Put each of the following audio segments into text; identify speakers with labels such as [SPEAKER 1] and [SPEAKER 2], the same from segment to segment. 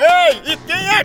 [SPEAKER 1] Ei, e quem é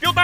[SPEAKER 1] da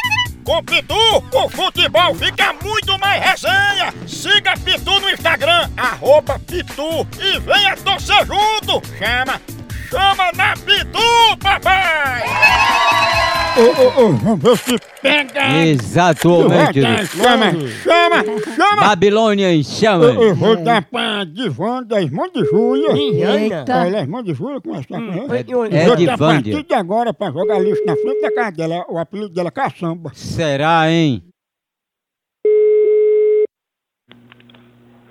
[SPEAKER 1] Com Pitu, o futebol fica muito mais resenha! Siga Pitu no Instagram, arroba Pitu e venha torcer junto! Chama! Chama na Pitu, papai! Ô, ô, ô, vamos ver se pega!
[SPEAKER 2] Exatamente.
[SPEAKER 1] Chama, chama, chama!
[SPEAKER 2] Babilônia em
[SPEAKER 3] Uh,
[SPEAKER 1] Eu, eu
[SPEAKER 2] chamas.
[SPEAKER 1] vou dar pra Divanda, irmã de Júlia.
[SPEAKER 4] Eita.
[SPEAKER 1] Ela é irmã de Júlia, como é que ela é?
[SPEAKER 3] uh,
[SPEAKER 2] É
[SPEAKER 1] Jota,
[SPEAKER 2] de
[SPEAKER 1] a
[SPEAKER 2] Vândia.
[SPEAKER 1] partir de agora, pra jogar lixo na frente da casa dela, o apelido dela é caçamba.
[SPEAKER 2] Será, hein?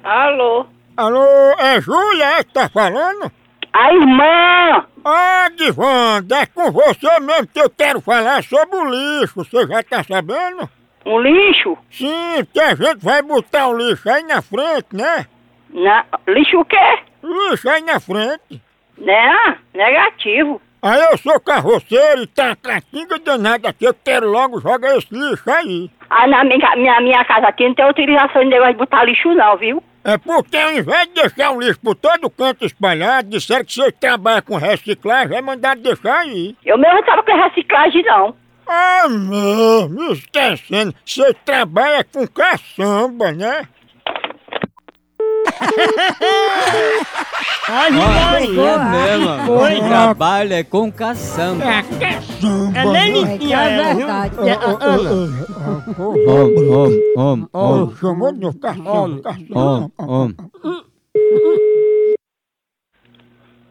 [SPEAKER 5] Alô?
[SPEAKER 1] Alô, é Júlia que tá falando?
[SPEAKER 5] A irmã!
[SPEAKER 1] Ah, Divanda, é com você mesmo que eu quero falar sobre o lixo, você já tá sabendo?
[SPEAKER 5] Um lixo?
[SPEAKER 1] Sim, que a gente vai botar o lixo aí na frente, né?
[SPEAKER 5] Na... Lixo o quê?
[SPEAKER 1] Lixo aí na frente.
[SPEAKER 5] Né? Negativo.
[SPEAKER 1] Aí eu sou carroceiro e tá a catinga danada aqui, eu quero logo jogar esse lixo aí.
[SPEAKER 5] Ah, na minha, minha, minha casa aqui não tem autorização de negócio de botar lixo não, viu?
[SPEAKER 1] É porque ao invés de deixar o lixo por todo canto espalhado, disseram que vocês trabalham com reciclagem, é mandado deixar aí.
[SPEAKER 5] Eu mesmo não tava com reciclagem não.
[SPEAKER 1] Ah, meu, me esquecendo. Você trabalha com caçamba, né?
[SPEAKER 2] Olha, é mesmo.
[SPEAKER 3] Coisa.
[SPEAKER 2] Trabalha é com caçamba.
[SPEAKER 3] É nem
[SPEAKER 4] É, é verdade.
[SPEAKER 2] Om, om, om, om,
[SPEAKER 1] Chamou de caçamba,
[SPEAKER 2] om,
[SPEAKER 1] caçamba.
[SPEAKER 2] om.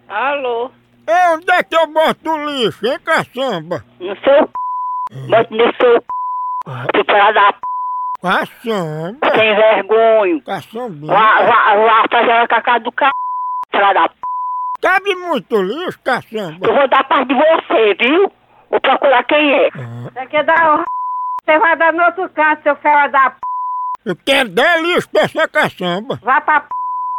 [SPEAKER 5] Alô?
[SPEAKER 1] É, onde é que eu boto o lixo, hein, caçamba?
[SPEAKER 5] No seu p... Bote no seu p... Tu para da p...
[SPEAKER 1] Caçamba,
[SPEAKER 5] Sem vergonha.
[SPEAKER 1] caçamba.
[SPEAKER 5] Vá, vá, vá fazer uma cacada do c... Para da p...
[SPEAKER 1] Cabe muito lixo, caçamba.
[SPEAKER 5] Eu vou dar parte de você, viu? Vou procurar quem é.
[SPEAKER 1] Ah,
[SPEAKER 6] Você quer dar um... Você vai dar no outro canto, seu fera da p...
[SPEAKER 1] Eu quero dar lixo pra essa caçamba.
[SPEAKER 6] Vá pra p...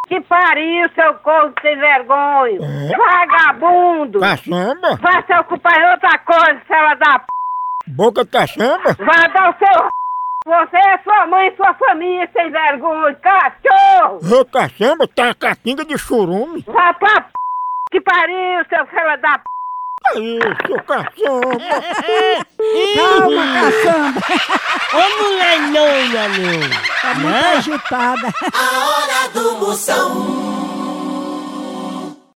[SPEAKER 6] que pariu, seu corno sem vergonha.
[SPEAKER 1] É.
[SPEAKER 6] Vagabundo.
[SPEAKER 1] Caçamba,
[SPEAKER 6] Vá se ocupar em outra coisa, fera da p...
[SPEAKER 1] boca de caçamba.
[SPEAKER 6] Vá dar o seu... Você, é sua mãe, sua família sem vergonha. Cachorro.
[SPEAKER 1] Ô, caçamba, tá a catinga de churume.
[SPEAKER 6] Vá pra p... que pariu, seu fera da p...
[SPEAKER 1] É isso, caçamba.
[SPEAKER 4] Calma, caçamba.
[SPEAKER 3] Ô, mulher não, meu.
[SPEAKER 4] Tá muito agitada.
[SPEAKER 7] A hora do Moção.